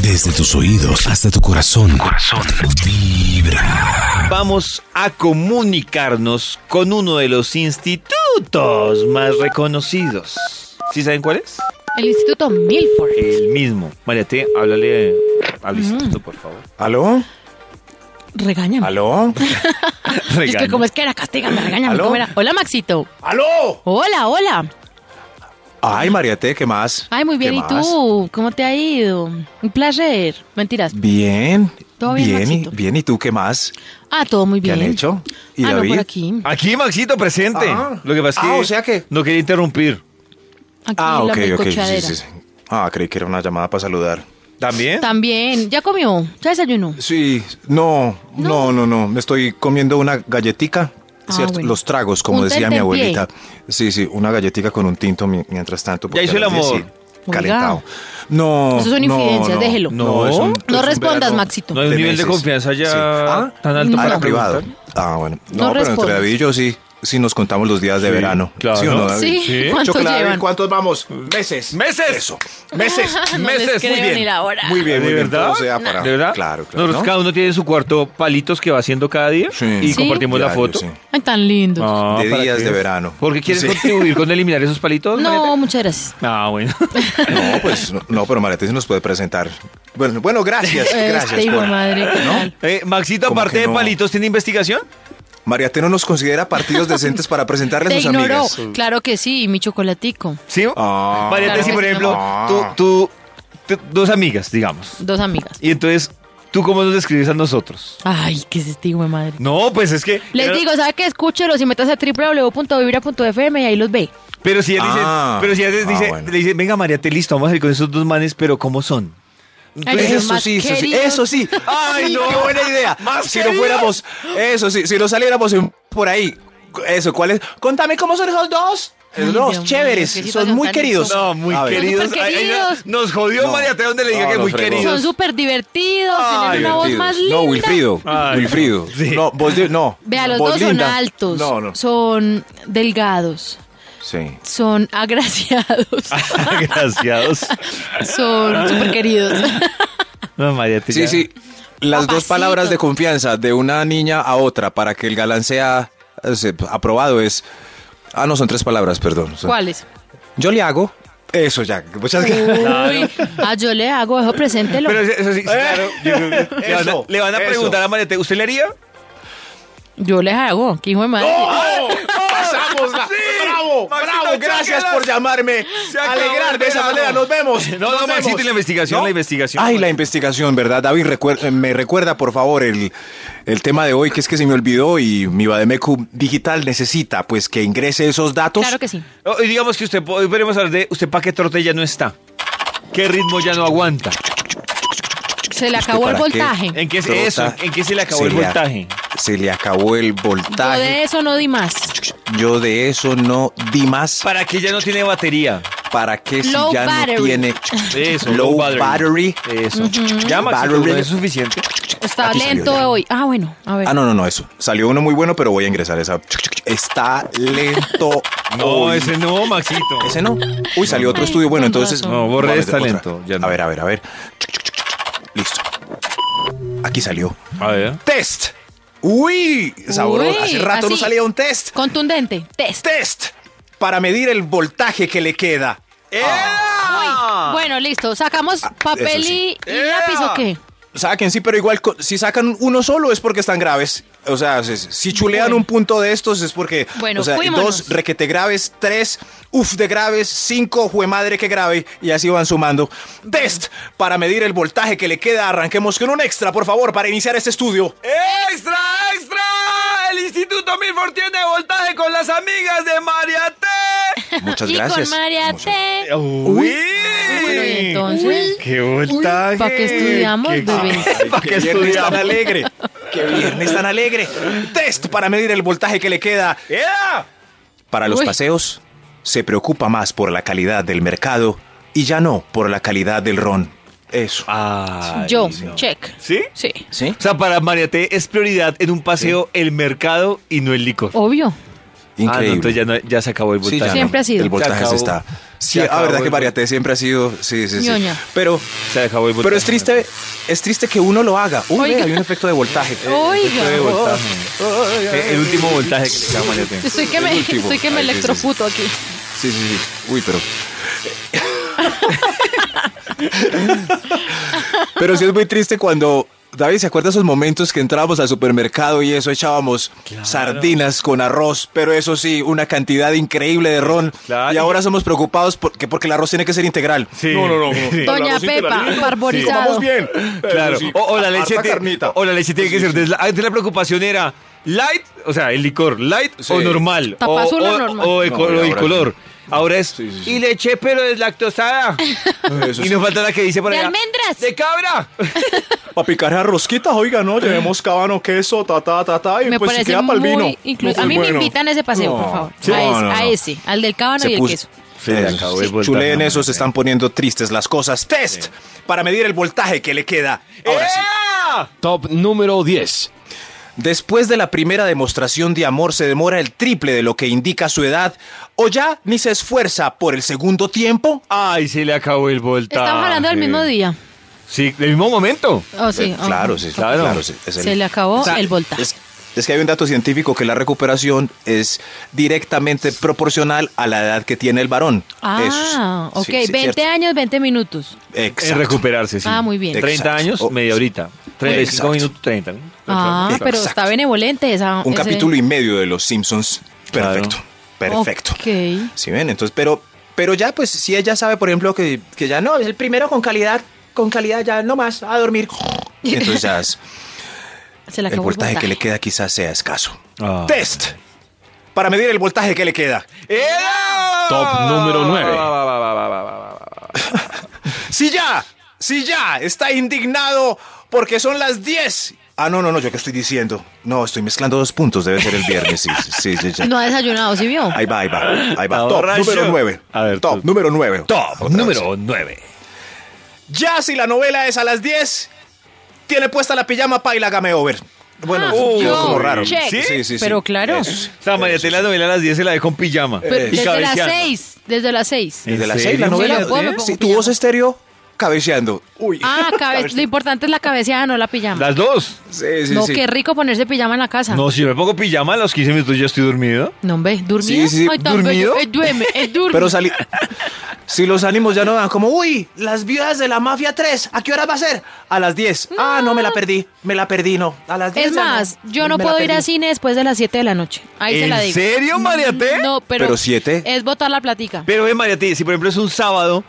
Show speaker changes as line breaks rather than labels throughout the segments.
Desde tus oídos hasta tu corazón. Corazón. Vibra.
Vamos a comunicarnos con uno de los institutos más reconocidos. ¿Sí saben cuál es?
El Instituto Milford.
El mismo. Mariate, háblale al instituto, por favor.
¿Aló?
Regáñame.
¿Aló?
Yo Es que como es que era, castígame, regáñame.
¿Aló?
¿Cómo era? Hola, Maxito.
¡Aló!
Hola, hola.
Ay, Mariate, ¿qué más?
Ay, muy bien.
¿Qué
¿Y
más?
tú? ¿Cómo te ha ido? Un placer. Mentiras.
Bien.
Todo bien,
bien, y,
Maxito.
bien, ¿y tú qué más?
Ah, todo muy
¿Qué
bien.
han hecho? ¿Y
ah,
David?
no, por aquí.
Aquí, Maxito, presente.
Ah.
Lo que pasa es que.
Ah, o sea que-
No quería interrumpir.
Aquí
Ah,
la
ok, ok. sí,
melcochadera.
sí, sí. Ah, creí que era una llamada para saludar.
¿También?
También. ¿Ya comió? ¿Ya desayunó?
Sí, no, no, no, no. Me estoy comiendo una galletica.
Ah,
¿cierto?
bueno.
Los tragos, como
Un
decía mi
tentempié.
abuelita. Sí, sí, una galletica con un tinto mi- mientras tanto. porque
hizo
a
el
las diez,
amor.
sí, calentado. No.
Eso son
no,
infidencias,
no,
déjelo.
No, es un-
No
es un
respondas,
verano
Maxito.
No hay un nivel de
meses.
confianza ya
Sí. ¿Ah?
tan alto
No.
para
Para privado.
preguntar.
Ah, bueno.
No
No, pero entre
respondas.
David y yo sí, sí nos contamos los días de
Sí,
verano.
claro.
¿Sí o no, David?
Sí,
Sí.
¿cuánto
Chocolate,
llevan?
¿Cuántos vamos? Meses.
¡Meses!
Eso. Meses.
Ah, No
meses.
les creo
muy bien.
ni la hora.
Muy bien,
¿De
muy bien.
verdad?
Todo sea para-
¿De verdad?
Claro, claro.
Nosotros
¿no?
cada uno tiene en su cuarto palitos que va haciendo cada día
Sí.
y
Sí.
compartimos la
Diario,
foto.
sí.
Ay, tan lindo.
Ah,
De
¿para
días
qué?
de verano.
¿Por qué quieres
Sí.
contribuir con eliminar esos palitos?
no,
Mariate?
muchas gracias.
Ah, bueno.
No, pues no, no, pero Marete se nos puede presentar. Bueno, bueno, gracias.
este
Gracias.
hijo de
por-
madre, ¿qué tal?
Eh, Maxito,
¿Cómo
aparte
que
de
no?
palitos, ¿tiene investigación?
Mariate no nos considera partidos decentes para presentarle
Te
a sus
ignoró.
amigas.
Claro que sí, y mi chocolatico.
¿Sí?
Ah.
Mariate,
Claro
si
que
por
sí,
ejemplo,
amor.
tú, tú, tú- dos amigas, digamos.
Dos amigas.
Y entonces, ¿tú cómo nos describes a nosotros?
Ay, qué es este hijo de madre.
No, pues es que...
Les digo, ¿sabe qué? Escúchelos y metas a www.vibra.fm y ahí los ve.
Pero si él dice,
Ah.
pero si él les
Ah,
dice,
bueno.
le dice, venga María, te listo, vamos a ir con esos dos manes, pero ¿cómo son?
Ay,
Entonces,
más
Eso sí, eso sí,
queridos.
eso sí. Ay, no, qué buena idea.
Más
si no
queridos.
fuéramos, eso sí, si no saliéramos en- por ahí, eso, ¿cuál es? Contame cómo son esos dos.
Ay,
Esos
Dios
dos
mío,
chéveres,
qué
son
situación
muy
tan
queridos.
exótica.
No, muy
Pues, A ver.
queridos.
Son superqueridos.
nos jodió
No.
María, donde le diga
No,
que es
no
muy
fregó.
querido.
Son súper divertidos,
Ay,
tienen una voz
divertidos.
más linda.
No, Wilfrido.
Ay,
Wilfrido.
sí.
No, voz de- no.
Vea, los
voz
dos son
linda.
altos,
No, no.
son delgados,
Sí.
son agraciados,
Graciados.
son súper queridos.
No, María, te
Sí,
ya-
sí. Las dos
Papacito.
palabras de confianza de una niña a otra para que el galán sea eh, se- aprobado es. Ah, no, son tres palabras, perdón. Son-
¿Cuáles?
Yo le hago. Uh. Eso ya.
Pues
Muchas gracias.
Uy, ah, yo le hago, eso preséntelo.
Pero eso sí, sí, claro. yo creo que le, van a,
Eh, Eso,
le van a
eso.
preguntar a María, ¿usted le haría?
Yo les hago, qué hijo de madre.
¡Pasamos!
Sí. Maxito, cháquelas.
llamarme.
Se acabó el verano.
vemos.
No, no, Maxito, y la investigación, la investigación.
Ay, la investigación, ¿verdad? David, recuer- eh, me recuerda, por favor, el, el tema de hoy, que es que se me olvidó y mi Bademecu digital necesita, pues, que ingrese esos datos.
Claro que sí.
Oh, y digamos que usted, po- hoy veremos hablar de usted para qué trote ya no está. ¿Qué ritmo ya no aguanta?
Se le acabó el
¿Para qué?
voltaje.
¿En qué, es
Trota.
eso? ¿En qué se le acabó el
le a-
voltaje?
se le acabó el
Yo
voltaje.
de eso no di más.
Yo de eso no di más.
¿Para qué ya no tiene batería?
¿Para qué si
Low
ya
battery.
no tiene
Eso,
low, battery?
Eso. Ya, Maxito,
Battery.
no es suficiente.
Está
Aquí salió
lento
pues ya.
hoy. Ah, bueno, a ver.
Ah, no, no, no, eso. Salió uno muy bueno, pero voy a ingresar esa. Está lento.
No,
hoy.
ese no, Maxito.
Ese no. Uy, salió otro
Ay,
estudio. Bueno,
con
entonces.
razón.
No, borré
Vamos,
está
otra.
lento, ya no.
A ver, a ver, a ver. Listo. Aquí salió.
A ver.
Test. Uy, sabroso.
Uy,
Hace rato no
así.
salía un test.
Contundente. Test.
Test para medir el voltaje que le queda.
Uy, bueno, listo. ¿Sacamos papel
Ah. sí.
y, y lápiz o qué?
Saquen, sí, pero igual co- si sacan uno solo es porque están graves. O sea, si, si chulean
Bueno.
un punto de estos es porque.
Bueno,
o sea,
fuímonos.
dos requete graves, tres uf de graves, cinco jue madre que grave, y así van sumando. Test para medir el voltaje que le queda. Arranquemos con un extra, por favor, para iniciar este estudio.
¡Extra, extra! El Instituto Milford tiene voltaje con las amigas de Mariate.
Muchas
y
gracias.
con María T.
¡Uy!
Bueno, y entonces,
¡Qué voltaje!
¿para qué estudiamos, bebés?
¿Para
Ah, Qué
qué
viernes tan
estudiamos?
alegre. Qué viernes tan alegre. Test para medir el voltaje que le queda.
¡Ea!
Para los
Uy.
paseos, se preocupa más por la calidad del mercado y ya no por la calidad del ron. Eso.
Ay,
yo,
no.
check.
Ah, ¿Sí? Ah,
Sí,
¿Sí?
O sea, para Mariate es prioridad en un paseo el mercado y no el licor.
obvio.
Eh,
Ah, no, entonces ya, no- ya se acabó el
Sí,
voltaje.
ya
Siempre
no.
ha sido.
El voltaje
Se
se
acabó.
está. Sí,
Se
la
acabó
verdad que
el-
Mariate siempre ha sido. Sí, sí, sí.
Ñoña.
Pero,
Se acabó el
pero
voltaje.
es triste, es triste que uno lo haga. Uy, ve,
Oiga.
hay un efecto de voltaje.
Fue de
Oiga,
Oh.
voltaje. Eh, El último voltaje que le queda a María T.
estoy que me,
el último.
estoy que me
Ay, sí, sí, sí.
electrocuto aquí.
Sí, sí, sí. Uy, pero. pero sí es muy triste cuando. David, ¿se acuerda esos momentos que entrábamos al supermercado y eso echábamos sardinas con arroz, pero eso sí, una cantidad increíble de ron?
Claro.
Y ahora somos preocupados porque, porque el arroz tiene que ser integral.
No, no, no.
Doña Pepa, barborizado.
bien.
Claro. O, o la leche te-
carnita.
o la leche tiene que ser. desla- Antes la preocupación era light, o sea, el licor, light
Sí.
o normal. O,
Tapazul o
o-
normal.
o de
No,
col-
y
o de
ahora
color.
sí.
Ahora es.
Sí, sí, sí.
Y leche, pero deslactosada.
Eso
y
sí.
nos falta la que dice por
De
allá,
almendras.
¡De cabra!
Para picar a rosquitas, oiga, no, llevemos cabano, queso, ta, ta, ta, ta, y
Me
pues si
parece
queda pa'l
muy
vino.
inclu-
No,
a mí
pues,
me
bueno.
invitan a ese paseo,
No.
por favor.
Sí.
a,
No,
ese,
no,
a
no.
ese, al del cábano
Se
y el
puso- Eh,
queso.
Sí, se acabó el voltaje,
Chuleen
hombre.
eso, se están poniendo tristes las cosas. Test para medir el voltaje que le queda.
Eh,
Ahora sí.
¡Ea!
Top número 10.
Después de la primera demostración de amor se demora el triple de lo que indica su edad, o ya ni se esfuerza por el segundo tiempo.
¡Ay, se le acabó el voltaje!
Estamos
Ah,
hablando del mismo día.
Sí, del mismo momento.
Oh, sí,
Eh,
oh.
Claro, sí,
Claro.
claro, sí, es el-
Se le acabó
sea,
el voltaje.
Es, es que hay un dato científico que la recuperación es directamente proporcional a la edad que tiene el varón.
ah,
Eso
ok.
es- sí, sí,
20
cierto.
años, 20 minutos.
Exacto.
En recuperarse, sí.
Ah, muy bien.
30
Exacto.
años,
Oh,
media horita. 35
Exacto.
minutos, 30. ¿no?
Ah,
Exacto.
pero está benevolente esa.
Un
ese-
capítulo y medio de Los Simpsons.
Claro.
Perfecto. Perfecto.
Ok.
Si ven, entonces, pero, pero ya, pues, si ella sabe, por ejemplo, que, que ya no, es el primero con calidad, con calidad ya no más, a dormir. Entonces ya es-
Se le
el
acabó el
voltaje que
voltaje.
le queda quizás sea escaso.
Ah.
Test. Para medir el voltaje que le queda.
¡Ea!
Top número nueve.
Va, va, va, va, va, va, va, va, va.
Si ya, si ya, está indignado porque son las 10. Ah, no, no, no, yo qué estoy diciendo. No, estoy mezclando dos puntos, debe ser el viernes. Sí, sí, sí, sí, ya.
No ha desayunado, ¿sí vio?
Ahí va, ahí va, ahí va.
Está
Top
borracho.
número 9.
A ver,
top
tú.
número 9.
Top número 9.
Ya si la novela es a las 10, tiene puesta la pijama pa' y la game over. Bueno,
Ah,
eso quedó
no,
como raro.
check.
Sí, sí,
Pero claro.
Eso.
O sea, María Tela la novela a las 10 se la ve con pijama.
Pero
Eh,
Y
desde las
cabeceando.
6. Desde las 6.
¿En
Desde las
serio?
6 la
¿Sí,
novela.
la puedo,
¿eh?
me
Sí,
pongo
tu
pijama.
voz estéreo cabeceando. Uy.
Ah, cabe- lo importante es la cabeceada, no la pijama.
Las dos.
Sí, sí,
no,
sí.
qué rico ponerse pijama en la casa.
No, si yo me pongo pijama a los 15 minutos ya estoy dormido.
No, hombre, ¿dormido?
Sí, sí,
Ay, tan
¿dormido?
bello, Es duerme, es duerme.
Pero salí. Si los ánimos ya no dan como, uy, las viudas de la mafia 3, ¿a qué hora va a ser? A las 10. Ah, no, me la perdí, me la perdí, no. A las 10.
Mm. es
ya
más, yo no
me la
puedo ir
perdí.
a cine después de las 7 de la noche. Ahí se
¿En
la digo.
serio, María T?
No, pero.
Pero siete.
Es botar la platica.
Pero ve, María T, si por ejemplo es un sábado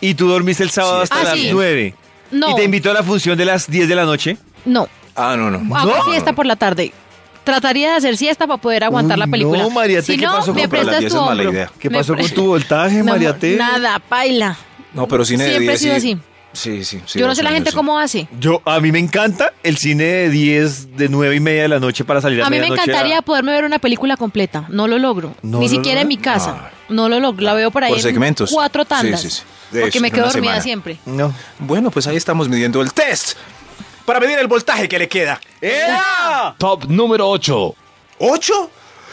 y tú dormiste el sábado hasta
Ah,
las
sí.
9
No.
y te invitó a la función de las 10 de la noche.
No.
Ah, no, no.
Hago
No.
siesta por la tarde. Trataría de hacer siesta para poder aguantar
Uy,
la película.
no, María T,
si
¿qué
no,
pasó con-
me
Pero la
prestas
pieza
tu
es mala
hombro.
idea.
¿Qué
Me
pasó con
pre-
tu voltaje,
pues, No,
María T?
Nada, paila.
No, pero cine
Siempre
de
he
10.
sido
sí.
así.
Sí, sí, sí,
yo no
lo
sé la
yo
gente
sí.
cómo hace.
Yo, a mí me encanta el cine de 10, de 9 y media de la noche para salir a
A mí me
medianoche
encantaría poderme ver una película completa. No lo logro.
No
Ni
lo Ah.
siquiera en mi
logra.
casa. No lo logro. La veo por ahí.
Por
en
segmentos.
Cuatro
Sí,
tandas.
sí, sí. De
Porque
eso,
me
en
quedo
una
dormida
semana.
siempre.
No.
Bueno, pues ahí estamos midiendo el test para medir el voltaje que le queda.
¡Ea!
Top número 8.
¿Ocho?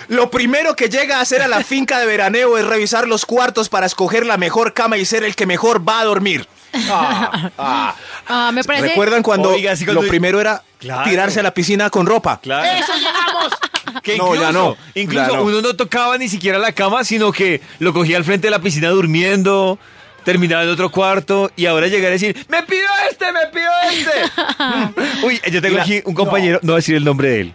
Lo primero que llega a hacer a la finca de veraneo es revisar los cuartos para escoger la mejor cama y ser el que mejor va a dormir. Ah, ah.
Ah, me parece.
¿Recuerdan cuando,
Oiga, sí, cuando-
lo primero era
Claro.
tirarse a la piscina con ropa?
Claro. ¡Eso llegamos! Que
No,
incluso,
ya no, ya
Incluso
no.
uno no tocaba ni siquiera la cama, sino que lo cogía al frente de la piscina durmiendo, terminaba en otro cuarto y ahora llegar a decir, ¡me pido este, me pido este! Uy, yo tengo
Y la-
aquí un compañero, no, voy a decir el nombre de él,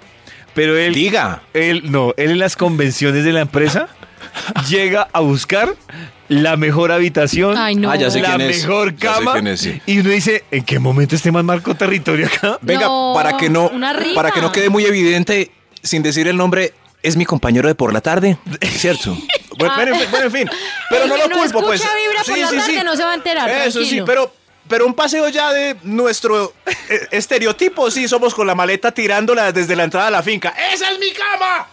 pero él...
Diga.
Él, no, él en las convenciones de la empresa llega a buscar la mejor habitación,
Ay, no. Ah, ya sé
la
quién es,
mejor
ya sé
cama.
quién es, sí.
Y uno dice, ¿en qué momento este man marcó territorio acá?
Venga,
No,
para que no
una rifa.
para que no quede muy evidente sin decir el nombre, es mi compañero de por la tarde, ¿cierto? bueno, bueno, en fin, bueno, en fin, pero
El
no
que
lo
no
culpo, pues.
Ah. escucha Vibra por la tarde no se va a enterar,
Eso sí,
tranquilo.
pero pero un paseo ya de nuestro eh, estereotipo, sí, somos con la maleta tirándola desde la entrada a la finca. ¡Esa es mi cama!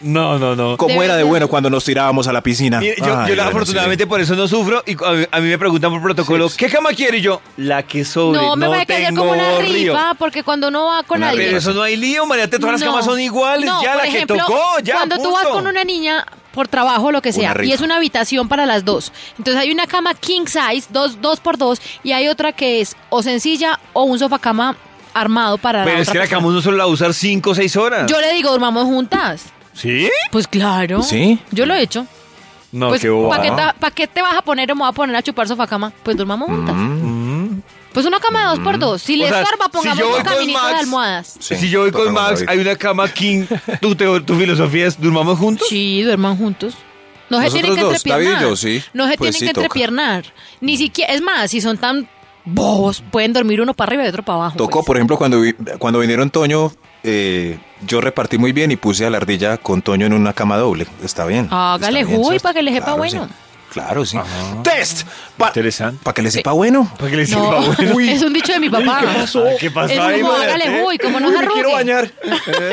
No, no, no.
Como
Debe
era de
ser.
bueno cuando nos tirábamos a la piscina.
Mire, yo, yo
Ah, Ay, bueno,
afortunadamente por eso no sufro y cu- a mí, a mí me preguntan por protocolo,
Sí,
¿qué cama quiere? Y yo, la que sobre, no,
No, me parece que hacer
tengo
como una
río.
rifa, porque cuando uno va con
Una
alguien.
Pero eso no hay lío, María, todas las
No.
camas son iguales,
No,
ya
por
la
ejemplo,
que tocó, ya
Cuando tú vas
punto.
con una niña, por trabajo, lo que sea.
rifa.
Y es una habitación para las dos. Entonces hay una cama king size, dos, dos por dos, y hay otra que es o sencilla o un sofá cama armado para
Pero
la
es
otra
que la
persona.
cama uno solo la va a usar 5 o 6 horas.
Yo le digo, dormamos juntas.
¿Sí?
Pues claro.
¿Sí?
Yo lo he hecho.
No,
pues,
Ah, qué
¿Para
boba.
qué, ta- pa' qué te vas a poner o me vas a poner a chupar sofá cama? Pues dormamos juntas. Pues una cama de dos por dos. Si
Mm. O
le
sea,
estorba,
si
pongamos
yo voy
dos
con
caminitos de
Max-
almohadas.
Sí,
si yo voy con
totalmente,
Max,
David.
hay una cama king, tu, teo- tu filosofía es, ¿durmamos juntos?
Sí, duerman juntos. No se
Nosotros
tienen que
dos,
entrepiernar.
David y yo, sí.
No se
Pues
tienen
sí,
que
toca. Mm.
entrepiernar. Ni siquiera, es más, si son tan bobos, pueden dormir uno para arriba y otro para abajo.
Tocó,
pues.
por ejemplo, cuando, vi- cuando vinieron Toño, eh, yo repartí muy bien y puse a la ardilla con Toño en una cama doble. Está bien.
Ah, Hágale
está bien,
jugo y
¿cierto?
pa' que le sepa bueno.
sí. Claro, sí. Test.
Interesante.
Para que le sepa bueno.
¿Para qué le sirva,
No,
güey?
es un dicho de mi papá.
Ay, ¿Qué pasó
Es
ahí,
como,
María?
hágale jugo y como no
Uy,
se
me
arrugue.
quiero bañar.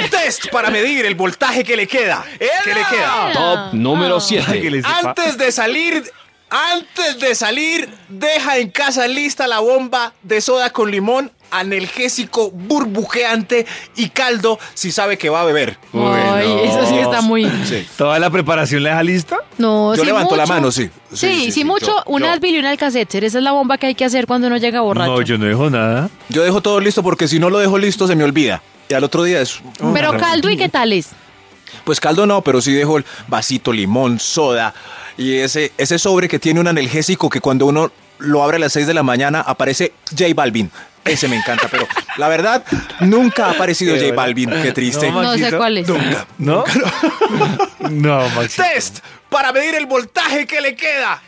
Test para medir el voltaje que le queda. ¿Qué le queda?
Top número 7.
Para que le sepa.
Antes de salir, antes de salir, deja en casa lista la bomba de soda con limón, analgésico, burbujeante y caldo si sabe que va a beber.
Ay, eso sí está muy...
¿Toda la preparación la deja lista?
No,
Yo
sí
levanto la
mucho.
mano, sí.
Sí,
Sí,
sí,
sí, sí,
mucho,
yo-
una
yo.
Advil y una Alcacelser. Esa es la bomba que hay que hacer cuando uno llega borracho.
No, yo no dejo nada.
Yo dejo todo listo porque si no lo dejo listo se me olvida. Y al otro día es...
Pero caldo y qué tal es.
Pues caldo no, pero sí dejo el vasito, limón, soda y ese, ese sobre que tiene un analgésico que cuando uno lo abre a las 6 de la mañana aparece J Balvin. Ese me encanta, pero la verdad nunca ha aparecido J Balvin. Qué triste.
No sé
Maxito.
cuál es.
Nunca. ¿No? no, Maxito.
Test para medir el voltaje que le queda.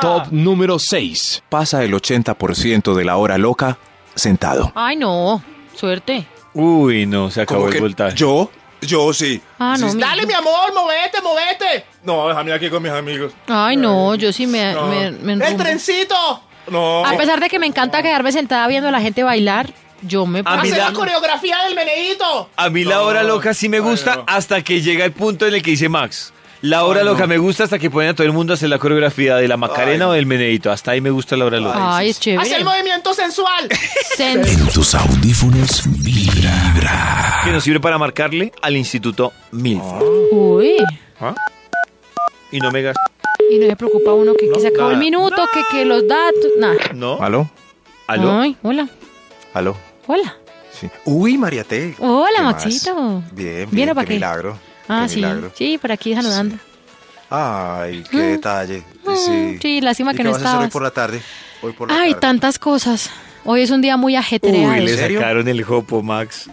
Top número 6.
Pasa el 80% de la hora loca sentado.
Ay, no. Suerte.
Uy, no, se
Como
acabó el
que
voltaje.
Yo, yo sí.
Ah, no,
Sí,
mira.
Dale, mi amor, movete, movete. No, déjame aquí con mis amigos.
Ay, no, yo sí me, me, me
¡El
enrumbo.
trencito! No.
A pesar de que me encanta quedarme sentada viendo a la gente bailar, yo me
A mí
paso.
la-
coreografía del meneíto!
A mí la hora loca sí me gusta hasta que llega el punto en el que dice Max. La hora loca me gusta hasta que ponen a todo el mundo a hacer la coreografía de la Macarena o del Menedito. Hasta ahí me gusta la hora loca.
Ay, es chévere.
movimiento sensual!
Sen-
En tus audífonos vibra.
Que nos sirve para marcarle al Instituto Milf.
Uy.
Y no me gasto.
Y no se preocupa uno que, que se acabó el
Nada.
minuto, que, que los datos. Nada.
¿No?
¿Aló?
¿Aló?
Ay, hola.
¿Aló?
Hola.
Sí. Uy, Mariate.
Hola,
¿Qué más?
Maxito.
Bien, bien.
¿Viene
qué
pa' qué?
milagro.
Ah,
qué
sí.
milagro.
Sí, por aquí saludando.
Ay, qué
Mm.
detalle.
Mm,
Sí.
sí, lástima
¿Y
que
qué
no
vas a hacer hoy
estabas.
por la tarde? Hoy por la
Ay,
tarde.
tantas cosas. Hoy es un día muy ajetreado.
Uy, le
serio?
sacaron el jopo, Max.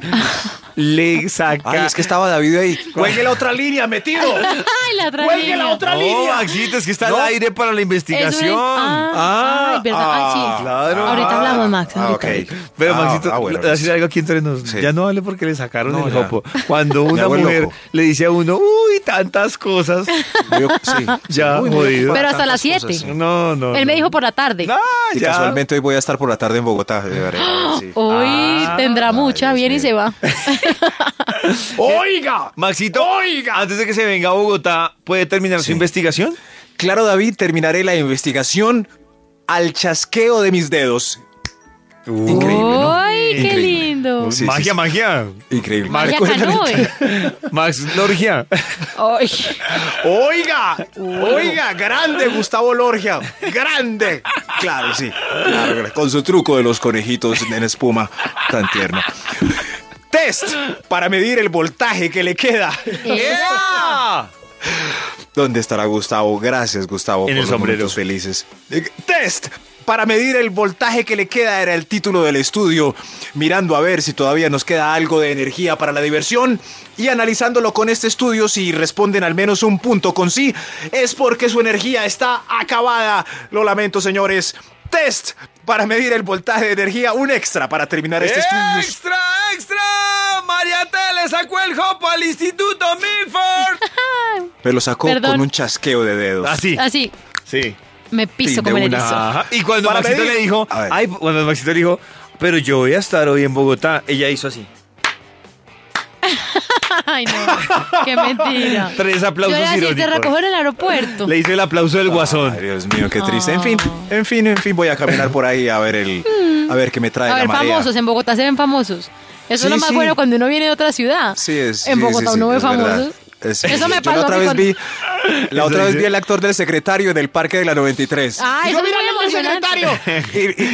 le sacaron.
Ay, es que estaba David ahí.
Pues
¡Cuelgue la otra línea, metido!
Ay, la otra
Cuelgue
línea.
la otra
No,
línea!
Maxito, es que está
No.
al aire para la
Es una-
investigación.
Ah, ay, verdad. Ah, sí.
claro.
Ahorita hablamos, Max.
Ah,
ahorita,
ok.
ahorita.
Pero
Ah,
Maxito,
ah, bueno,
así
listo.
algo aquí entre nos.
Sí.
Ya no hable porque le sacaron
No,
el
ya.
jopo. Cuando
Me
una
hago el
mujer
loco.
le dice a uno, uy, tantas cosas.
Muy ocu- sí,
Ya,
muy
jodido.
ocupado,
Pero hasta
tantas
las
cosas,
siete.
sí.
No, no.
Él me
no.
dijo por la tarde.
No,
Y
ya.
casualmente hoy voy a estar por la tarde en Bogotá. de verdad, sí.
Hoy
Ah,
tendrá mucha,
Dios
bien y
mío.
se va.
Oiga. Maxito, oiga. Antes de que se venga a Bogotá, ¿puede terminar su
Sí.
investigación?
Claro, David, terminaré la investigación al chasqueo de mis dedos. Increíble, ¿no?
Ay, qué
Increíble.
lindo.
Uh, Sí,
magia,
sí, sí.
magia.
Increíble.
Magia
Vaya
Recuerda-
Canoe.
Max Lorgia.
eh. Ay,
Oiga, oiga, grande Gustavo Lorgia, grande. Claro, sí. claro, claro, Con su truco de los conejitos en espuma, tan tierno. Test para medir el voltaje que le queda. Ah,
¡Ea!
¿Dónde estará Gustavo? Gracias, Gustavo.
En el
los
sombrero.
momentos felices. Eh, Test para medir el voltaje que le queda era el título del estudio, mirando a ver si todavía nos queda algo de energía para la diversión y analizándolo con este estudio si responden al menos un punto con sí, es porque su energía está acabada. Lo lamento, señores. Test para medir el voltaje de energía, un extra para terminar este estudio.
¡Extra, extra! Mariate le sacó el jopo al Instituto Milford.
Me lo sacó
Perdón.
con un chasqueo de dedos.
Así.
así
Sí.
me piso
Tin de
como en el
una.
erizo.
Ajá. Y cuando
Para
Maxito
medir.
le dijo,
A ver.
ay, cuando Maxito le dijo, pero yo voy a estar hoy en Bogotá, ella hizo así.
Ay, no. Qué mentira.
Tres aplausos
Yo le iba a decir, te
irónicos.
recojo en el aeropuerto.
Le hizo el aplauso del guasón.
Ay, Dios mío, qué triste. En fin,
Ah.
en fin, en fin, voy a caminar por ahí a ver el, a ver qué me trae
A ver,
la marea.
famosos. En Bogotá se ven famosos. Eso es
Sí,
lo más
sí.
bueno cuando uno viene de otra ciudad.
Sí es.
En
sí,
Bogotá
sí, sí,
uno ve
es verdad. Eh,
famosos.
Sí,
Eso me
yo
pasó
la otra
a mí
vez
con-
vi, la otra vez
dice-
vi al actor del secretario en el parque de la 93.
Ah,
Y
eso es
yo, "Mira,
muy
el
emocionante".
secretario!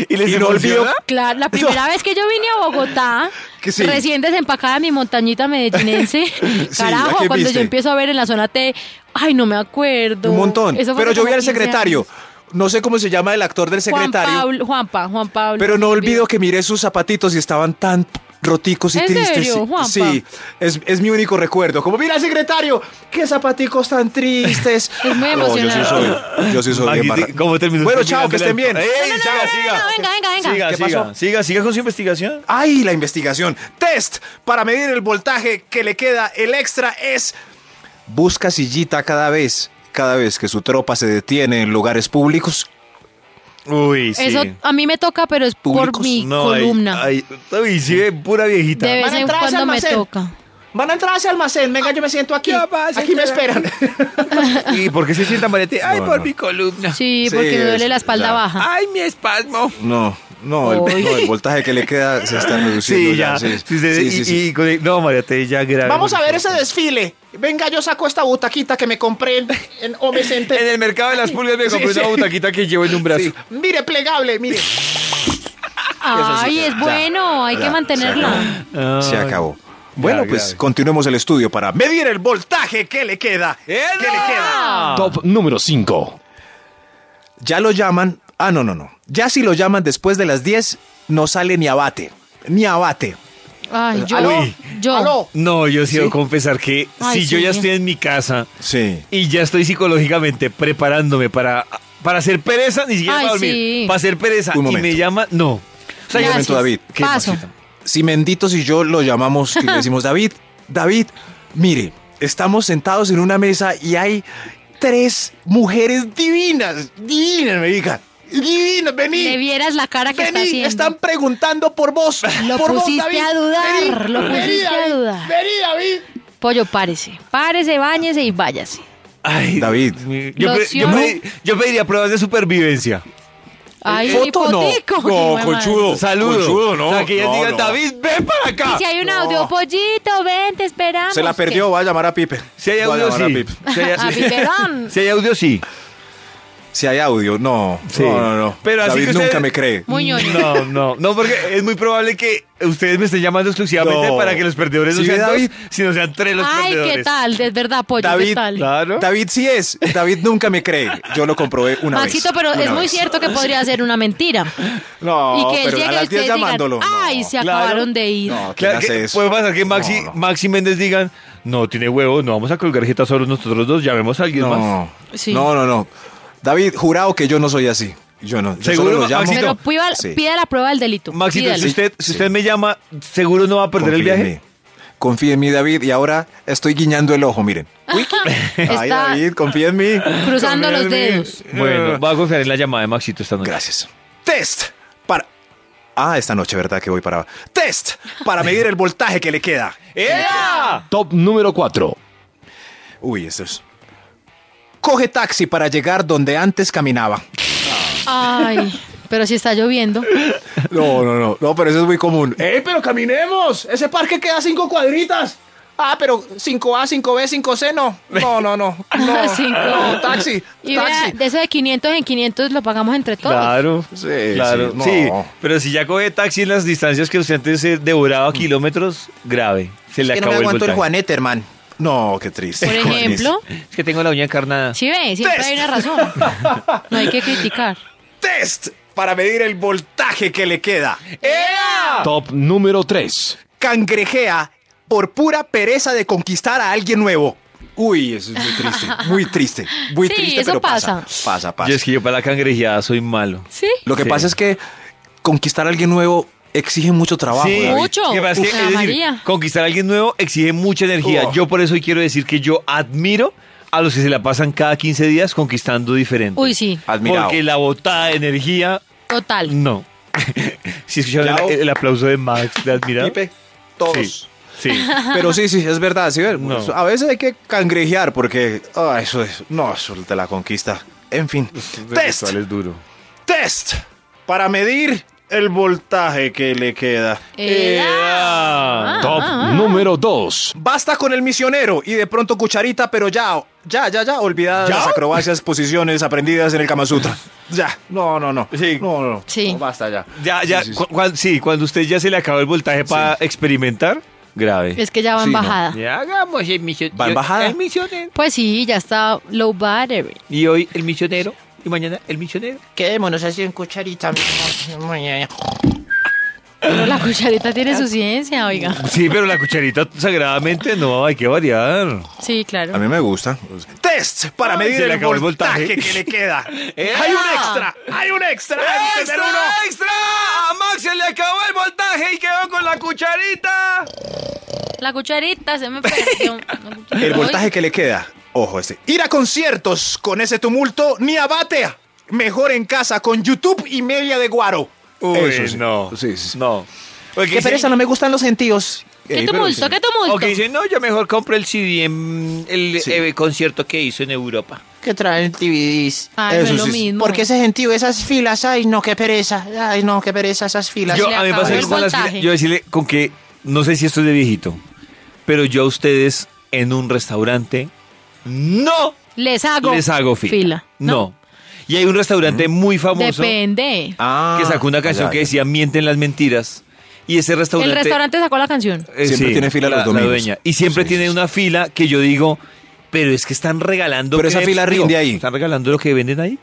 Y,
¿Y les
y
emociona?
no olvido-
Claro, la primera vez que yo vine a Bogotá,
Que sí.
recién desempacada de mi montañita medellinense,
¿a
carajo,
quién
cuando
viste?
yo empiezo a ver en la zona T, ay, no me acuerdo.
Un montón.
Eso fue
Pero
hace
yo vi
como
al
15
secretario.
años.
No sé cómo se llama el actor del
Juan
secretario.
Pablo, Juanpa, Juan Pablo.
Pero no olvido que miré sus zapatitos y estaban tan roticos y
¿En
tristes.
serio,
Sí,
Juanpa?
Sí, es, es mi único recuerdo. Como, mira, secretario, qué zapaticos tan tristes.
Es muy
No, yo sí soy.
emocionante.
Yo sí soy
Magui,
bien barra-
ti- ¿cómo terminó
Bueno,
usted
chao, que estén bien.
mirando el- ¡Ey,
No, no,
siga,
no, no,
siga!
no, venga, venga, venga.
Siga,
¿Qué
siga,
pasó?
siga, siga con su investigación.
¡Ay, la investigación! Test para medir el voltaje que le queda. El extra es... Busca sillita cada vez, cada vez que su tropa se detiene en lugares públicos.
Uy, sí.
Eso a mí me toca, pero es por
Públicos,
mi
No, ahí-
columna.
ahí- uy, sí, ve pura viejita.
de vez en cuando me toca.
Van a entrar a ese almacén. Venga, yo me siento aquí.
Ya vas a
Aquí me
entrar.
esperan.
¿Y por qué se sientan malete? Ay,
No,
por
no.
mi columna.
Sí,
Sí,
porque me duele
es-
la espalda
ya.
baja.
Ay, mi espasmo.
No, no, el,
Uy.
no, el voltaje que le queda se está reduciendo.
Sí, ya.
sí,
Sí, se-
sí,
y-
sí, sí.
y con el- no, Mariate, ya grave.
Vamos a ver ese desfile. Venga, yo saco esta butaquita que me compré en, en Home Center.
En el mercado de las pulgas me compré
sí.
una butaquita que llevo en un brazo.
Mire, plegable, mire.
Ah,
Ay, es bueno, hay que
ya,
mantenerla.
Se acabó. Bueno, pues continuemos el estudio para medir el voltaje que le queda. ¿Qué
¡Eda!
le queda?
Top número 5.
Ya lo llaman. Ah, no, no, no. Ya si lo llaman después de las 10, no sale ni abate. Ni abate.
Ay, yo.
¿Aló?
Yo.
¿Aló?
No, yo sí debo confesar que
Ay,
si yo
sí.
ya estoy en mi casa
Sí.
y ya estoy psicológicamente preparándome para, para hacer pereza, ni siquiera
Ay,
para dormir,
sí.
para hacer pereza
Un
y
momento.
me llama, no. O sea,
Un
yo-
momento,
Gracias.
David.
¿Qué,
Paso.
Maxito?
Si Menditos y yo lo llamamos y le decimos, David, David, mire, estamos sentados en una mesa y hay tres mujeres divinas, divinas, me digan, divinas,
Le
vení,
vieras la cara que está
vení,
haciendo.
están preguntando por vos,
Lo
por vos,
pusiste
David,
a dudar, lo pusiste a dudar.
Vení, David.
Pollo, párese. Párese, báñese y váyase.
Ay,
David.
mi- Yo,
Lo
pe- yo
siento.
pedi- yo pediría pruebas de supervivencia.
Ay,
¿Foto no?
hipotico.
No,
Hijo de
conchudo.
madre.
Saludos.
Conchudo, no,
O sea, que ellas
no,
digan,
no.
David, ven para acá.
Y si hay un audio, pollito, ven, te esperamos.
Se la perdió, va a llamar a Pipe.
Si hay
Va a
audio,
llamar a
sí.
Pipe.
Si hay,
A Piperón.
si hay audio, sí.
Si hay audio, no,
Sí.
no, no, no.
Pero así
David
que usted-
nunca me cree.
Muy ñoño.
No, no, no, porque es muy probable que ustedes me estén llamando exclusivamente
No.
para que los perdedores no
Sí,
sean
David.
dos, sino sean tres los
Ay,
perdedores.
¿qué tal? Es verdad, pollo, ¿qué
David,
tal?
Claro.
David sí es, David nunca me cree. Yo lo comprobé una
Maxito,
vez.
pero
una
es muy
vez.
cierto que podría ser una mentira.
No,
y que él
pero
llegue
a
y
las 10
ustedes
llamándolo.
digan,
no.
ay, se
Claro.
acabaron de ir.
No, ¿quién
Claro,
hace
que
eso?
puede pasar que Maxi,
No, no.
Maxi Méndez digan, no tiene huevo, no vamos a colgar jeta solo nosotros dos, llamemos a alguien más.
No.
Sí.
no, no, no. David, jurado que yo no soy así. Yo no. Yo
¿Seguro,
solo lo llamo.
Maxito?
Pero pida,
Sí.
pida la prueba del delito.
Maxito,
pídala.
si usted, si
Sí.
usted me llama, seguro no va a perder
Confía
el
en
viaje.
mí. Confía en mí, David. Y ahora estoy guiñando el ojo, miren. Ay,
Está
David, confía en mí.
cruzando los
Confía en mí.
dedos.
Bueno, va a confiar en la llamada de Maxito esta noche.
Eh. Gracias. Test para. Ah, esta noche, ¿verdad? Que voy para. Test para medir el voltaje que le queda.
¡Ea!
Top número 4.
Uy, esto es. Coge taxi para llegar donde antes caminaba.
Ay, pero si está lloviendo.
No, no, no. No, pero eso es muy común. Eh,
¡Ey, pero caminemos! Ese parque queda cinco cuadritas. Ah, pero 5A, 5B, 5C, no. No, no, no. No,
Ah, Cinco.
no taxi.
Y vea,
taxi.
de eso de 500 en 500 lo pagamos entre todos.
Claro,
Sí,
claro,
sí, no.
sí, pero si ya coge taxi en las distancias que usted antes se
Mm.
devoraba kilómetros, grave, se le
que no
acabó
me
el
aguanto el,
voltaje.
Juanete, hermano. No, qué triste.
Por
qué triste.
ejemplo,
Es que tengo la uña encarnada.
si ve, siempre hay una razón. No hay que criticar.
Test para medir el voltaje que le queda.
Top número 3.
Cangrejea por pura pereza de conquistar a alguien nuevo. Uy, eso es muy triste, muy triste, muy
Sí,
triste,
eso
pero pasa. Pasa, pasa.
Yo es que yo para la cangrejeada soy malo.
¿Sí?
Lo que
Sí.
pasa es que conquistar a alguien nuevo exige mucho trabajo.
Sí,
David.
Mucho.
¿Qué pasa?
Uf.
Es decir,
María.
conquistar a alguien nuevo exige mucha energía.
Uf.
Yo por eso hoy quiero decir que yo admiro a los que se la pasan cada 15 días conquistando diferente.
Uy, sí,
Admirado.
Porque la botada de energía,
Mm,
total.
no. si escucharon
Claro.
el, el aplauso de Max, de admirado.
Pipe, todos.
Sí. Sí.
Pero sí, sí, es verdad, sí, ver,
No.
a veces hay que cangrejear porque ah, eso es, no, eso te la conquista. En fin, test,
es duro.
test para medir el voltaje que le queda.
Eh,
Eh,
eh,
ah,
ah.
ah.
Ea.
Top número 2.
Basta con el misionero y de pronto cucharita, pero ya, ya, ya, ya, olvidadas las acrobacias, posiciones aprendidas en el Kama Sutra. Ya, no, no, no.
Sí.
No, no, no.
Sí.
No, basta ya.
Ya, ya,
Sí, sí, sí.
cu- cuan- sí, cuando usted ya se le acabó el voltaje para experimentar, grave.
Es que ya va en
Sí, no.
bajada.
Ya hagamos el misionero.
¿Va en bajada?
El misionero.
Pues sí, ya está low battery.
Y hoy el misionero. Y mañana el misionero.
Quedémonos así en cucharita, mi amor. Muy bien.
Pero la cucharita tiene su ciencia, oiga.
Sí, pero la cucharita sagradamente no, hay que variar.
Sí,
A
claro.
mí me gusta.
Test para
Ay,
medir
se le
el
acabó el
voltaje,
voltaje.
que le queda.
¡Ea!
Hay
Ah,
un extra, hay un extra. Hay que tener uno.
¡Extra! ¡A Max se le acabó el voltaje y quedó con la cucharita!
La cucharita se me perdió.
El voltaje que le queda. Ojo este.
Ir a conciertos con ese tumulto ni abate. Mejor en casa con YouTube y media de guaro.
Uy,
Eso sí.
no.
Sí, sí, sí.
No. Porque
Qué
dicen-
pereza, no me gustan los sentidos.
eh,
¿Qué tumulto? ¿Qué
O
tumulto?
que dicen, no, yo mejor compro el CD en el
Sí.
eh, concierto que hizo en Europa.
¿Qué traen DVDs?
Ay, no es
Eso
lo
sí,
mismo.
Porque ese gentío, esas filas, ay no, qué pereza, ay no, qué pereza esas filas.
se
Yo,
le
a mí me
acabó
pasa
el
algo con las
voltaje.
filas. Yo decirle con que, no sé si esto es de viejito, pero yo a ustedes en un restaurante no
Les hago.
les hago fila. No.
No.
Y hay un restaurante muy famoso
Depende.
Ah,
que sacó una canción
ya,
que
ya.
decía Mienten las mentiras. Y ese restaurante.
El restaurante sacó la canción.
eh,
Siempre tiene fila
la,
los domingos.
la dueña. Y siempre
Sí,
tiene
sí, sí.
una fila que yo digo, pero es que están regalando.
Pero esa
crepes,
fila
digo,
rinde ahí.
¿Están regalando lo que venden ahí?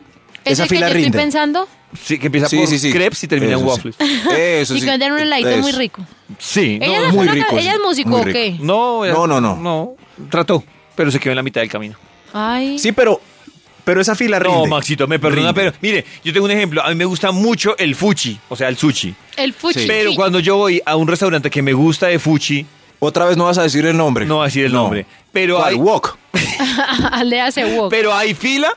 Ese
Esa
que yo
fila
estoy
rinde.
pensando
Sí, que empieza
Sí,
por
sí, sí.
crepes y termina en
Eso sí.
waffles.
Eso
y
sí.
que venden un heladito muy
Eso.
rico.
Sí.
ella,
no,
es
muy
una-
rico,
ella es
sí,
músico
muy
o
rico.
qué?
No,
No, no, no.
No, trató, pero se quedó en la mitad del camino.
Ay.
Sí, pero, pero esa fila rinde.
No, Maxito, me perdona,
Rinde.
pero mire, yo tengo un ejemplo. A mí me gusta mucho el fuchi, o sea, el sushi.
El fuchi.
Pero cuando yo voy a un restaurante que me gusta de fuchi,
Otra vez no vas a decir el nombre.
No voy a decir el nombre. Pero
¿Cuál?
hay-
Wok.
Le hace walk.
pero hay fila,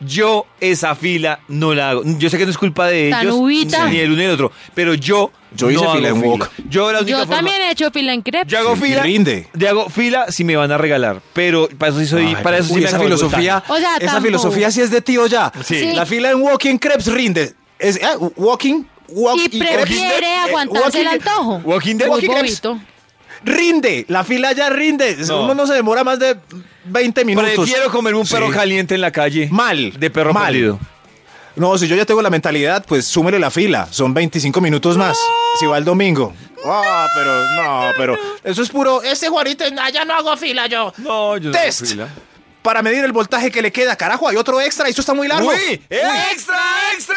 yo esa fila no la hago. Yo sé que no es culpa de
Tan
ellos,
ubita.
ni el uno ni el otro, pero yo
Yo
no
hice
hago
fila en Wok.
Yo la única
yo
forma-
también he hecho fila en crepes.
yo hago
Sí,
fila,
rinde.
yo hago fila si me van a regalar, pero para eso sí soy,
Ay,
para eso sí
uy,
me
esa
acabo el
filosofía,
voltaje. O sea,
esa
tampoco.
filosofía sí es de tío ya.
Sí.
Sí.
La fila en Walking Krebs rinde. Es, eh, walking, walk-
Y
crepes.
prefiere
Eh,
aguantarse el
walking-
antojo.
Walking Dead.
Muy
Walking Dead.
bobito.
Rinde, la fila ya rinde.
No.
Uno no se demora más de 20 minutos.
Prefiero comer un perro
Sí.
caliente en la calle.
Mal.
De perro
Mal.
perdido.
No, si yo ya tengo la mentalidad, pues súmele la fila. Son 25 minutos más. Si va el domingo. Ah, pero no, pero eso es puro
Ese Juanito, allá no hago fila yo.
No, yo
test. Para medir el voltaje que le queda, carajo, hay otro extra, eso está muy largo.
¡Uy! ¡Extra, extra!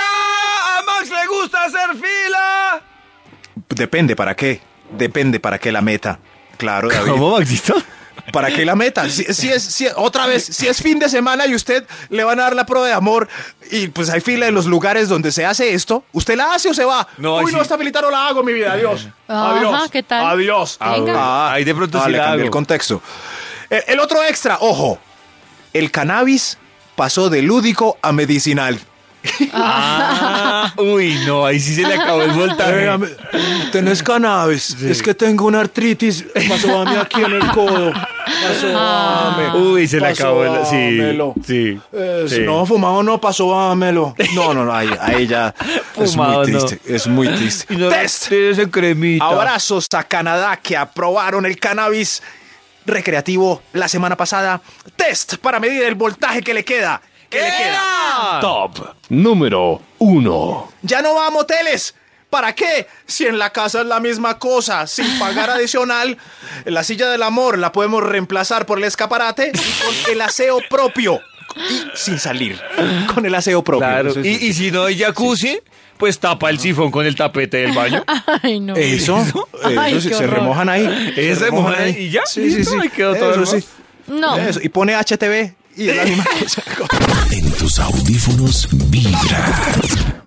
¡A Max le gusta hacer fila!
Depende para qué. Depende para qué la meta. Claro, David.
Maxito?
¿Para qué la meta? Si, si es, si- otra vez, si es fin de semana y usted le van a dar la prueba de amor y pues hay fila en los lugares donde se hace esto, ¿usted la hace o se va?
No,
Uy,
ahí
no,
sí.
esta filita no la hago, mi vida, adiós.
Ajá,
adiós.
¿qué tal?
Adiós.
Venga.
Ah,
Ahí de pronto
ah,
sí
le
la
cambié
hago.
el contexto. El, el otro extra, ojo. El cannabis pasó de lúdico a medicinal.
Ah, uy, no, ahí sí se le acabó el voltaje.
Espérame, tenés cannabis. Es que tengo una artritis. Pasóame aquí en el codo. Pasóame.
Uy, se le acabó el. Sí.
Dámelo.
Sí.
Eh,
sí.
No, fumado no, pasóamelo. No, no, no, ahí, ahí ya.
Fumado no.
es muy triste. Es muy triste.
Y no
Test.
tienes en cremita.
Abrazos a Canadá que aprobaron el cannabis recreativo la semana pasada. Test para medir el voltaje que le queda. Que le queda.
Top número 1.
Ya no va a moteles. ¿Para qué? Si en la casa es la misma cosa, sin pagar adicional, la silla del amor la podemos reemplazar por el escaparate y con el aseo propio. Y sin salir. Con el aseo propio.
Claro.
Eso es-
Y, y si no hay jacuzzi, pues tapa
Ah.
el sifón con el tapete del baño.
Ay, no.
Eso,
Ay,
eso sí,
qué
se
horror.
remojan ahí.
Eh, se remojan ahí y ya,
Sí, sí,
listo,
sí.
ahí quedó todo
Eso
hermoso.
sí.
No.
Eso, Y pone HTV y es la misma cosa.
En tus audífonos vibra.